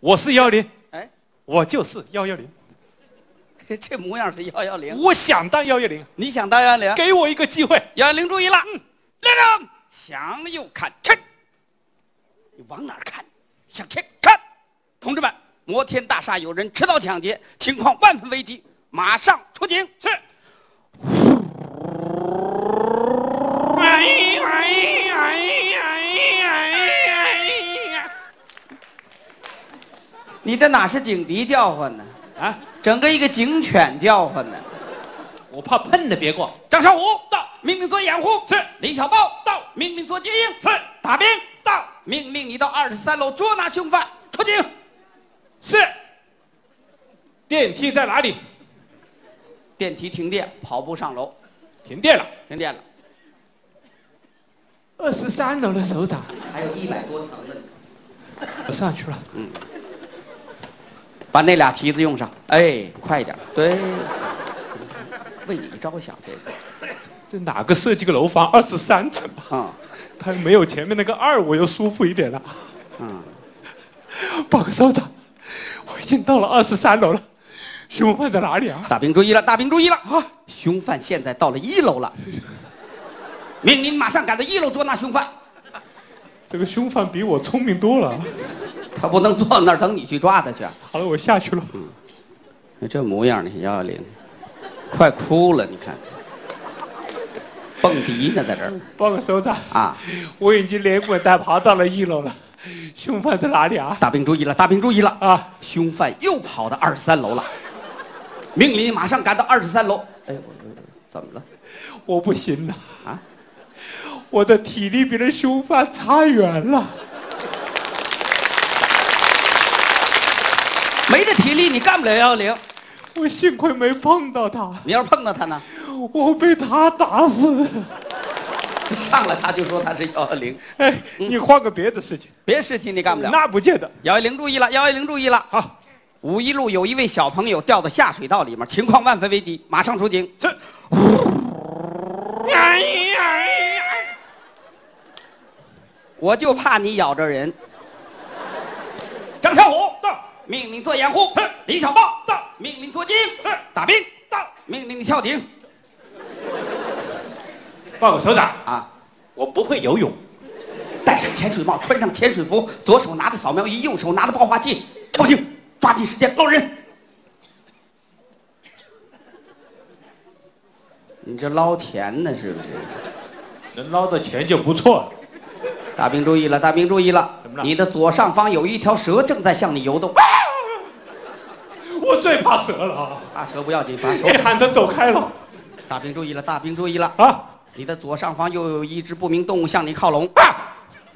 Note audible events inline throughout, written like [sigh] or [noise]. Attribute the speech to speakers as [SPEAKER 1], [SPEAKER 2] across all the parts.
[SPEAKER 1] 我是幺零，
[SPEAKER 2] 哎， [laughs]
[SPEAKER 1] 我就是幺幺零，
[SPEAKER 2] 这模样是幺幺零，
[SPEAKER 1] 我想当幺幺零，
[SPEAKER 2] 你想当幺幺零？
[SPEAKER 1] 给我一个机会。
[SPEAKER 2] 幺幺零注意了，立正，向右看齐。你往哪儿看？向前看。同志们，摩天大厦有人持刀抢劫，情况万分危急，马上出警。是。你这哪是警笛叫唤呢？
[SPEAKER 1] 啊，
[SPEAKER 2] 整个一个警犬叫唤呢。
[SPEAKER 1] 我怕喷的，别过。
[SPEAKER 2] 张少武到，命令做掩护；
[SPEAKER 1] 是
[SPEAKER 2] 李小豹到，命令做接应；
[SPEAKER 1] 是
[SPEAKER 2] 打兵到，命令你到二十三楼捉拿凶犯，出警。
[SPEAKER 1] 是，电梯在哪里？
[SPEAKER 2] 电梯停电，跑步上楼，
[SPEAKER 1] 停电了。
[SPEAKER 2] 停电了，
[SPEAKER 1] 二十三楼的首长，
[SPEAKER 2] 还有一百多层呢。
[SPEAKER 1] 我上去了。
[SPEAKER 2] 嗯，把那俩蹄子用上，哎，快一点，对，为你着想这个
[SPEAKER 1] 这哪个设计个楼房二十三层啊？
[SPEAKER 2] 啊，
[SPEAKER 1] 他没有前面那个二，我又舒服一点了。
[SPEAKER 2] 嗯，
[SPEAKER 1] 报告首长，我已经到了二十三楼了，凶犯在哪里啊？
[SPEAKER 2] 大兵注意了，大兵注意了
[SPEAKER 1] 啊！
[SPEAKER 2] 凶犯现在到了一楼了，命令马上赶到一楼捉拿凶犯。
[SPEAKER 1] 这个凶犯比我聪明多 [laughs] 了。
[SPEAKER 2] 他不能坐那儿等你去抓他去。
[SPEAKER 1] 好了，我下去了。
[SPEAKER 2] 你这模样，你幺幺零，快哭了，你看，蹦迪呢在这儿。
[SPEAKER 1] 报告首长
[SPEAKER 2] 啊，
[SPEAKER 1] 我已经连滚带爬到了一楼了，凶犯在哪里啊？
[SPEAKER 2] 大兵注意了，大兵注意了
[SPEAKER 1] 啊！
[SPEAKER 2] 凶犯又跑到二十三楼了，命令你马上赶到二十三楼。哎，我我怎么了？
[SPEAKER 1] 我不行了，
[SPEAKER 2] 啊，
[SPEAKER 1] 我的体力比那凶犯差远了。
[SPEAKER 2] 没这体力你干不了幺幺零。
[SPEAKER 1] 我幸亏没碰到他，
[SPEAKER 2] 你要是碰到他呢，
[SPEAKER 1] 我被他打死。
[SPEAKER 2] 上来他就说他是幺幺零，
[SPEAKER 1] 哎，你换个别的事情，
[SPEAKER 2] 别事情你干不了。
[SPEAKER 1] 那不见得。
[SPEAKER 2] 幺幺零注意了，幺幺零注意了。
[SPEAKER 1] 好，
[SPEAKER 2] 五一路有一位小朋友掉到下水道里面，情况万分危急，马上出警。
[SPEAKER 1] 这，哎呀呀！
[SPEAKER 2] [laughs] 我就怕你咬着人。
[SPEAKER 1] 张小虎到，
[SPEAKER 2] 命令做掩护
[SPEAKER 1] 是
[SPEAKER 2] 李小豹到，命令做接应
[SPEAKER 1] 是
[SPEAKER 2] 打兵到，命令你跳井
[SPEAKER 1] 报告首长，
[SPEAKER 2] 啊！
[SPEAKER 1] 我不会游泳。
[SPEAKER 2] 戴上潜水帽，穿上潜水服，左手拿着扫描仪，右手拿着爆化器，跳井，抓紧时间捞人。你这捞钱呢是不是？
[SPEAKER 1] 能捞到钱就不错了。
[SPEAKER 2] 大兵注意了，大兵注意了！
[SPEAKER 1] 怎么了
[SPEAKER 2] 你的左上方有一条蛇正在向你游动，
[SPEAKER 1] 我最怕蛇了啊！
[SPEAKER 2] 大蛇不要紧， [laughs] 把手
[SPEAKER 1] 别喊他走开了
[SPEAKER 2] 大兵注意了，大兵注意了！
[SPEAKER 1] 啊！
[SPEAKER 2] 你的左上方又有一只不明动物向你靠拢，啊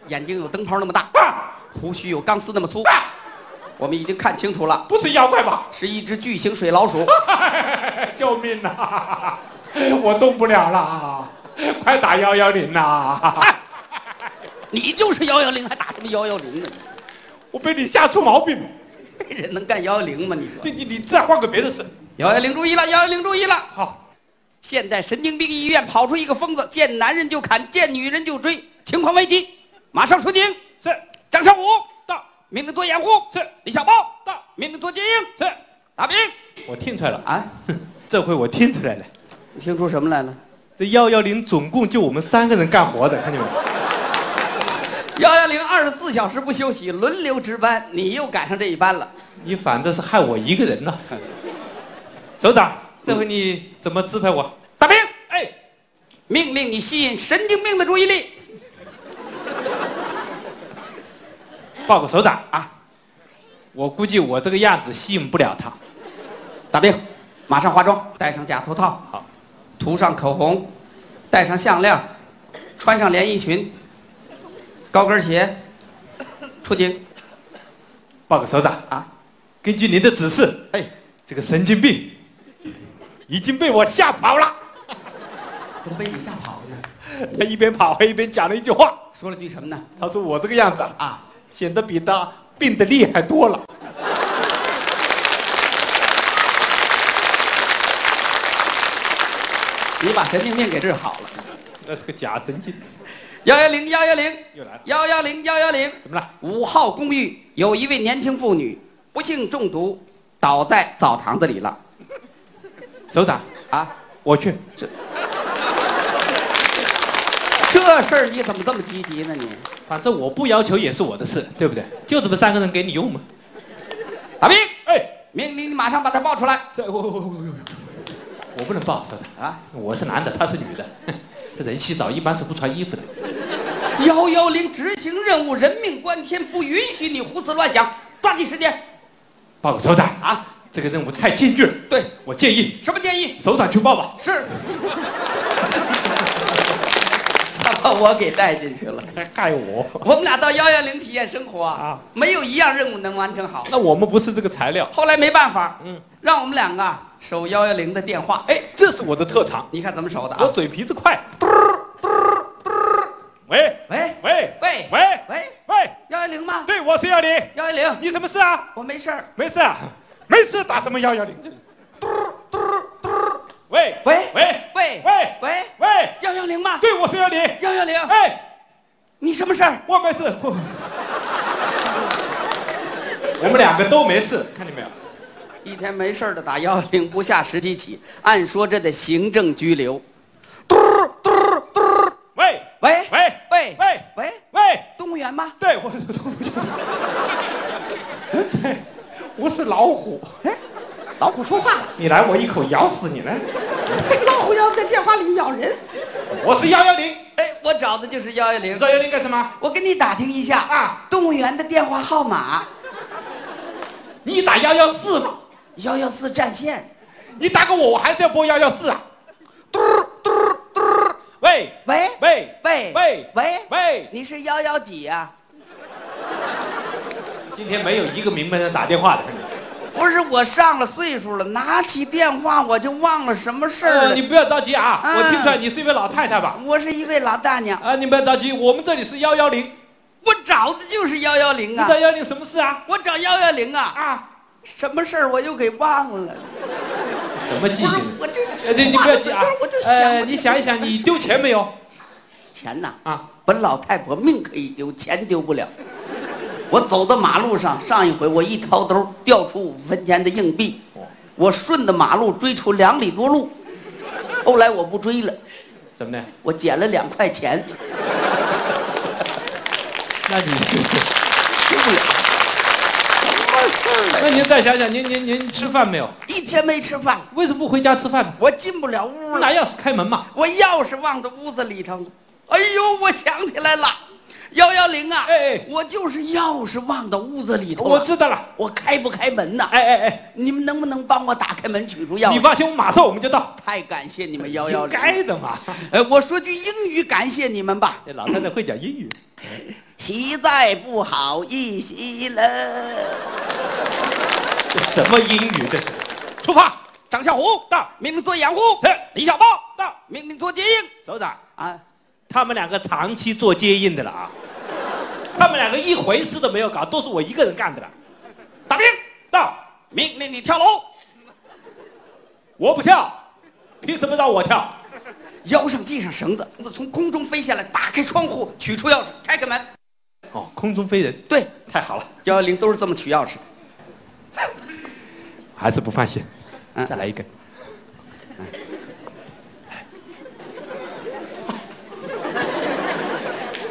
[SPEAKER 2] 眼睛有灯泡那么大，啊胡须有钢丝那么粗。啊我们已经看清楚了，
[SPEAKER 1] 不是妖怪吧？
[SPEAKER 2] 是一只巨型水老 [laughs] 鼠。
[SPEAKER 1] [laughs] 救命啊！ [laughs] 我动不了了啊， [laughs] 快打幺幺零啊呐！
[SPEAKER 2] 你就是幺幺零，还打什么幺幺零呢？
[SPEAKER 1] [laughs] 我被你吓出毛病了。
[SPEAKER 2] 这人能干幺幺零吗？你
[SPEAKER 1] 你
[SPEAKER 2] 说
[SPEAKER 1] 你你再换个别的事。
[SPEAKER 2] 幺幺零注意了，幺幺零注意了！
[SPEAKER 1] 好，
[SPEAKER 2] 现在神经病医院跑出一个疯子，见男人就砍，见女人就追，情况危急，马上出警。
[SPEAKER 1] 是
[SPEAKER 2] 张少武到，命令做掩护；
[SPEAKER 1] 是
[SPEAKER 2] 李小豹到，命令做接应；
[SPEAKER 1] 是，
[SPEAKER 2] 大兵
[SPEAKER 1] 我听出来了啊！
[SPEAKER 2] 啊，
[SPEAKER 1] [laughs] 这回我听出来了，
[SPEAKER 2] 你听出什么来了？
[SPEAKER 1] 这幺幺零总共就我们三个人干活的，看见没？
[SPEAKER 2] 幺幺零二十四小时不休息，轮流值班，你又赶上这一班了。
[SPEAKER 1] 你反正是害我一个人
[SPEAKER 2] [laughs]
[SPEAKER 1] 呐。首长，这回你怎么支配我？
[SPEAKER 2] 大兵，
[SPEAKER 1] 哎，
[SPEAKER 2] 命令你吸引神经病的注意力
[SPEAKER 1] 报告首长
[SPEAKER 2] 啊！
[SPEAKER 1] 我估计我这个样子吸引不了他。
[SPEAKER 2] 大兵，马上化妆，戴上假头套，
[SPEAKER 1] 好，
[SPEAKER 2] 涂上口红，戴上项链，穿上连衣裙，高跟鞋，出警
[SPEAKER 1] 报告首长，
[SPEAKER 2] 啊！
[SPEAKER 1] 根据您的指示，
[SPEAKER 2] 哎，
[SPEAKER 1] 这个神经病已经被我吓跑了。 [laughs]
[SPEAKER 2] 都被你吓跑了呢。
[SPEAKER 1] 他一边跑还一边讲了一句话，
[SPEAKER 2] 说了句什么呢？
[SPEAKER 1] 他说我这个样子啊，
[SPEAKER 2] 啊，
[SPEAKER 1] 显得比他病得厉害多了。
[SPEAKER 3] 你把神经病给治好了。
[SPEAKER 1] 那是个假神经，
[SPEAKER 2] 幺幺零幺幺零
[SPEAKER 1] 又来了
[SPEAKER 2] 幺幺零幺幺零，
[SPEAKER 1] 怎么了？
[SPEAKER 2] 五号公寓有一位年轻妇女不幸中毒，倒在澡堂子里了。
[SPEAKER 1] 首长，
[SPEAKER 3] 啊，
[SPEAKER 1] 我去。
[SPEAKER 3] 这这事儿你怎么这么积极呢你？
[SPEAKER 1] 反正我不要求也是我的事，对不对？就这么三个人给你用嘛。
[SPEAKER 2] 阿兵，
[SPEAKER 1] 哎，
[SPEAKER 2] 命令你马上把她抱出来。
[SPEAKER 1] 这我我我我我我不能抱，首长
[SPEAKER 3] 啊，
[SPEAKER 1] 我是男的，她是女的， [laughs] 这人洗澡一般是不穿衣服的。
[SPEAKER 2] 幺幺零执行任务，人命关天，不允许你胡思乱想，抓紧时间。
[SPEAKER 1] 报告首长
[SPEAKER 2] 啊，
[SPEAKER 1] 这个任务太艰巨了，
[SPEAKER 2] 对，
[SPEAKER 1] 我建议
[SPEAKER 2] 什么建议？
[SPEAKER 1] 首长去报吧。
[SPEAKER 2] 是，
[SPEAKER 3] 他把我给带进去了。
[SPEAKER 1] 还害我？
[SPEAKER 2] 我们俩到幺幺零体验生活
[SPEAKER 1] 啊
[SPEAKER 2] 啊，没有一样任务能完成好。
[SPEAKER 1] 那我们不是这个材料。
[SPEAKER 2] 后来没办法，
[SPEAKER 1] 嗯，
[SPEAKER 2] 让我们两个啊守幺幺零的电话。哎，
[SPEAKER 1] 哎，这是我的特长，
[SPEAKER 2] 你看怎么守的啊？
[SPEAKER 1] 我嘴皮子快。嘟嘟嘟。喂
[SPEAKER 2] 喂
[SPEAKER 1] 喂
[SPEAKER 2] 喂
[SPEAKER 1] 喂
[SPEAKER 2] 喂，
[SPEAKER 1] 喂，
[SPEAKER 2] 幺幺零吗？
[SPEAKER 1] 对，我是幺零，
[SPEAKER 2] 幺幺零，
[SPEAKER 1] 你什么事啊？
[SPEAKER 2] 我没事儿。
[SPEAKER 1] 没事啊，没事，打什么幺幺零？嘟嘟嘟。喂
[SPEAKER 2] 喂
[SPEAKER 1] 喂
[SPEAKER 2] 喂
[SPEAKER 1] 喂
[SPEAKER 2] 喂，
[SPEAKER 1] 喂，
[SPEAKER 2] 幺幺零吗？
[SPEAKER 1] 对，我是幺零。
[SPEAKER 2] 幺幺零，
[SPEAKER 1] 哎，
[SPEAKER 2] 你什么事儿？
[SPEAKER 1] 我没事。我我们两个都没事，看见没有？
[SPEAKER 2] 一天没事儿的打幺幺零不下十几起，按说这得行政拘留。嘟儿嘟儿嘟儿，
[SPEAKER 1] 喂
[SPEAKER 2] 喂
[SPEAKER 1] 喂
[SPEAKER 2] 喂
[SPEAKER 1] 喂
[SPEAKER 2] 喂，
[SPEAKER 1] 喂，
[SPEAKER 2] 动物园吗？
[SPEAKER 1] 对我是对，我是老虎，
[SPEAKER 2] 哎，老虎说话了，
[SPEAKER 1] 你来我一口咬死你来。
[SPEAKER 2] 哎老虎要在电话里咬人。
[SPEAKER 1] 我是幺幺零，
[SPEAKER 2] 哎，我找的就是幺幺零
[SPEAKER 1] 你知。道幺幺零干什么？
[SPEAKER 2] 我给你打听一下
[SPEAKER 1] 啊，
[SPEAKER 2] 动物园的电话号码
[SPEAKER 1] 你打幺幺四嘛，
[SPEAKER 2] 幺幺四占线。
[SPEAKER 1] 你打给我，我还是要拨幺幺四啊。
[SPEAKER 2] 嘟儿嘟儿嘟儿，
[SPEAKER 1] 喂
[SPEAKER 2] 喂
[SPEAKER 1] 喂
[SPEAKER 2] 喂
[SPEAKER 1] 喂
[SPEAKER 2] 喂，
[SPEAKER 1] 喂，
[SPEAKER 2] 你是幺幺几啊？
[SPEAKER 1] 今天没有一个明白人打电话的。
[SPEAKER 2] 不是我上了岁数了，拿起电话我就忘了什么事儿
[SPEAKER 1] 呃
[SPEAKER 2] 了。
[SPEAKER 1] 你不要着急啊，
[SPEAKER 2] 嗯
[SPEAKER 1] 我听出来你是一位老太太吧？
[SPEAKER 2] 我是一位老大娘，
[SPEAKER 1] 啊，你不要着急，我们这里是幺幺零，
[SPEAKER 2] 我找的就是幺幺零
[SPEAKER 1] 你
[SPEAKER 2] 啊
[SPEAKER 1] 知道，幺幺零什么事啊？
[SPEAKER 2] 我找幺幺零啊，
[SPEAKER 1] 啊，
[SPEAKER 2] 什么事儿我又给忘了。
[SPEAKER 1] 什么记
[SPEAKER 2] 不是
[SPEAKER 1] 性？
[SPEAKER 2] 我这
[SPEAKER 1] 呃，你你不要急啊
[SPEAKER 2] 话到嘴边儿我就，想
[SPEAKER 1] 呃，
[SPEAKER 2] 我就
[SPEAKER 1] 你想一想，你丢钱没有？
[SPEAKER 2] 钱呐，
[SPEAKER 1] 啊，
[SPEAKER 2] 本老太婆命可以丢，钱丢不了。我走到马路上，上一回我一掏兜掉出五分钱的硬币，
[SPEAKER 1] 哦
[SPEAKER 2] 我顺着马路追出两里多路，后来我不追了，
[SPEAKER 1] 怎么的？
[SPEAKER 2] 我捡了两块钱，
[SPEAKER 1] 那你，
[SPEAKER 2] 丢不了。什么事儿
[SPEAKER 1] [laughs] 那
[SPEAKER 2] 啊
[SPEAKER 1] 您再想想，您您您吃饭没有？
[SPEAKER 2] 一天没吃饭，
[SPEAKER 1] 为什么不回家吃饭呢？
[SPEAKER 2] 我进不了屋
[SPEAKER 1] 拿
[SPEAKER 2] 了，
[SPEAKER 1] 钥匙开门嘛。
[SPEAKER 2] 我钥匙忘在屋子里头了。哎呦，我想起来了，幺幺零啊，
[SPEAKER 1] 哎哎
[SPEAKER 2] 我就是钥匙忘到屋子里头了。
[SPEAKER 1] 我知道了。
[SPEAKER 2] 我开不开门呐？
[SPEAKER 1] 啊哎哎哎，
[SPEAKER 2] 你们能不能帮我打开门取出钥匙？
[SPEAKER 1] 你放心，我马上我们就到。
[SPEAKER 2] 太感谢你们幺幺
[SPEAKER 1] 应
[SPEAKER 2] 零。
[SPEAKER 1] 该的哎嘛。
[SPEAKER 2] 呃，我说句英语感谢你们吧。
[SPEAKER 1] 这老太太会讲英语。
[SPEAKER 2] 实在不好意思了。
[SPEAKER 1] 这什么英语这是？出发，
[SPEAKER 2] 张小虎
[SPEAKER 1] 到
[SPEAKER 2] 命令做掩护。
[SPEAKER 1] 是
[SPEAKER 2] 李小豹
[SPEAKER 1] 到。
[SPEAKER 2] 命令做接应。
[SPEAKER 1] 首长，
[SPEAKER 2] 啊，
[SPEAKER 1] 他们两个长期做接应的了啊。他们两个一回事都没有搞，都是我一个人干的了。
[SPEAKER 2] 大兵
[SPEAKER 1] 到，
[SPEAKER 2] 命令你跳楼。
[SPEAKER 1] 我不跳，凭什么让我跳？
[SPEAKER 2] 腰上系上绳子，我从空中飞下来，打开窗户，取出钥匙，开开门。
[SPEAKER 1] 哦，空中飞人，
[SPEAKER 2] 对，
[SPEAKER 1] 太好了，
[SPEAKER 2] 幺幺零都是这么取钥匙。
[SPEAKER 1] 还是不放心。
[SPEAKER 2] 嗯
[SPEAKER 1] 再来一个。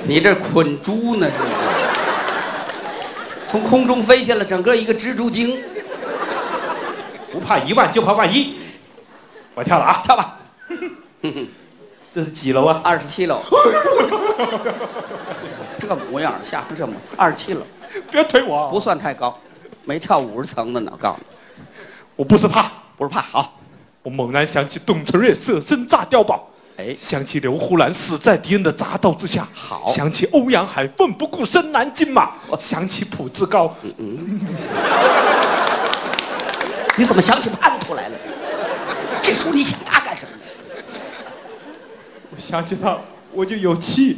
[SPEAKER 2] 你这捆猪呢是吗？从空中飞下来，整个一个蜘蛛精。 [laughs]
[SPEAKER 1] 不怕一万，就怕万一。我跳了啊，跳
[SPEAKER 2] [laughs]
[SPEAKER 1] 吧。
[SPEAKER 2] 哼哼，
[SPEAKER 1] 这是几楼啊？
[SPEAKER 2] 二十
[SPEAKER 1] [laughs]
[SPEAKER 2] 七楼，这个模样吓成这模样，二十七楼
[SPEAKER 1] 别推我啊，
[SPEAKER 2] 不算太高，没跳五十层的呢。我告诉你，
[SPEAKER 1] 我不是怕。啊
[SPEAKER 2] 不是怕好。
[SPEAKER 1] 我猛然想起董存瑞舍身炸碉堡，
[SPEAKER 2] 哎，
[SPEAKER 1] 想起刘胡兰死在敌人的铡刀之下，
[SPEAKER 2] 好
[SPEAKER 1] 想起欧阳海奋不顾身南京马，想起普志高，
[SPEAKER 2] 嗯嗯，你怎么想起叛徒来了？这时候你想他干什么？
[SPEAKER 1] 我想起他我就有气。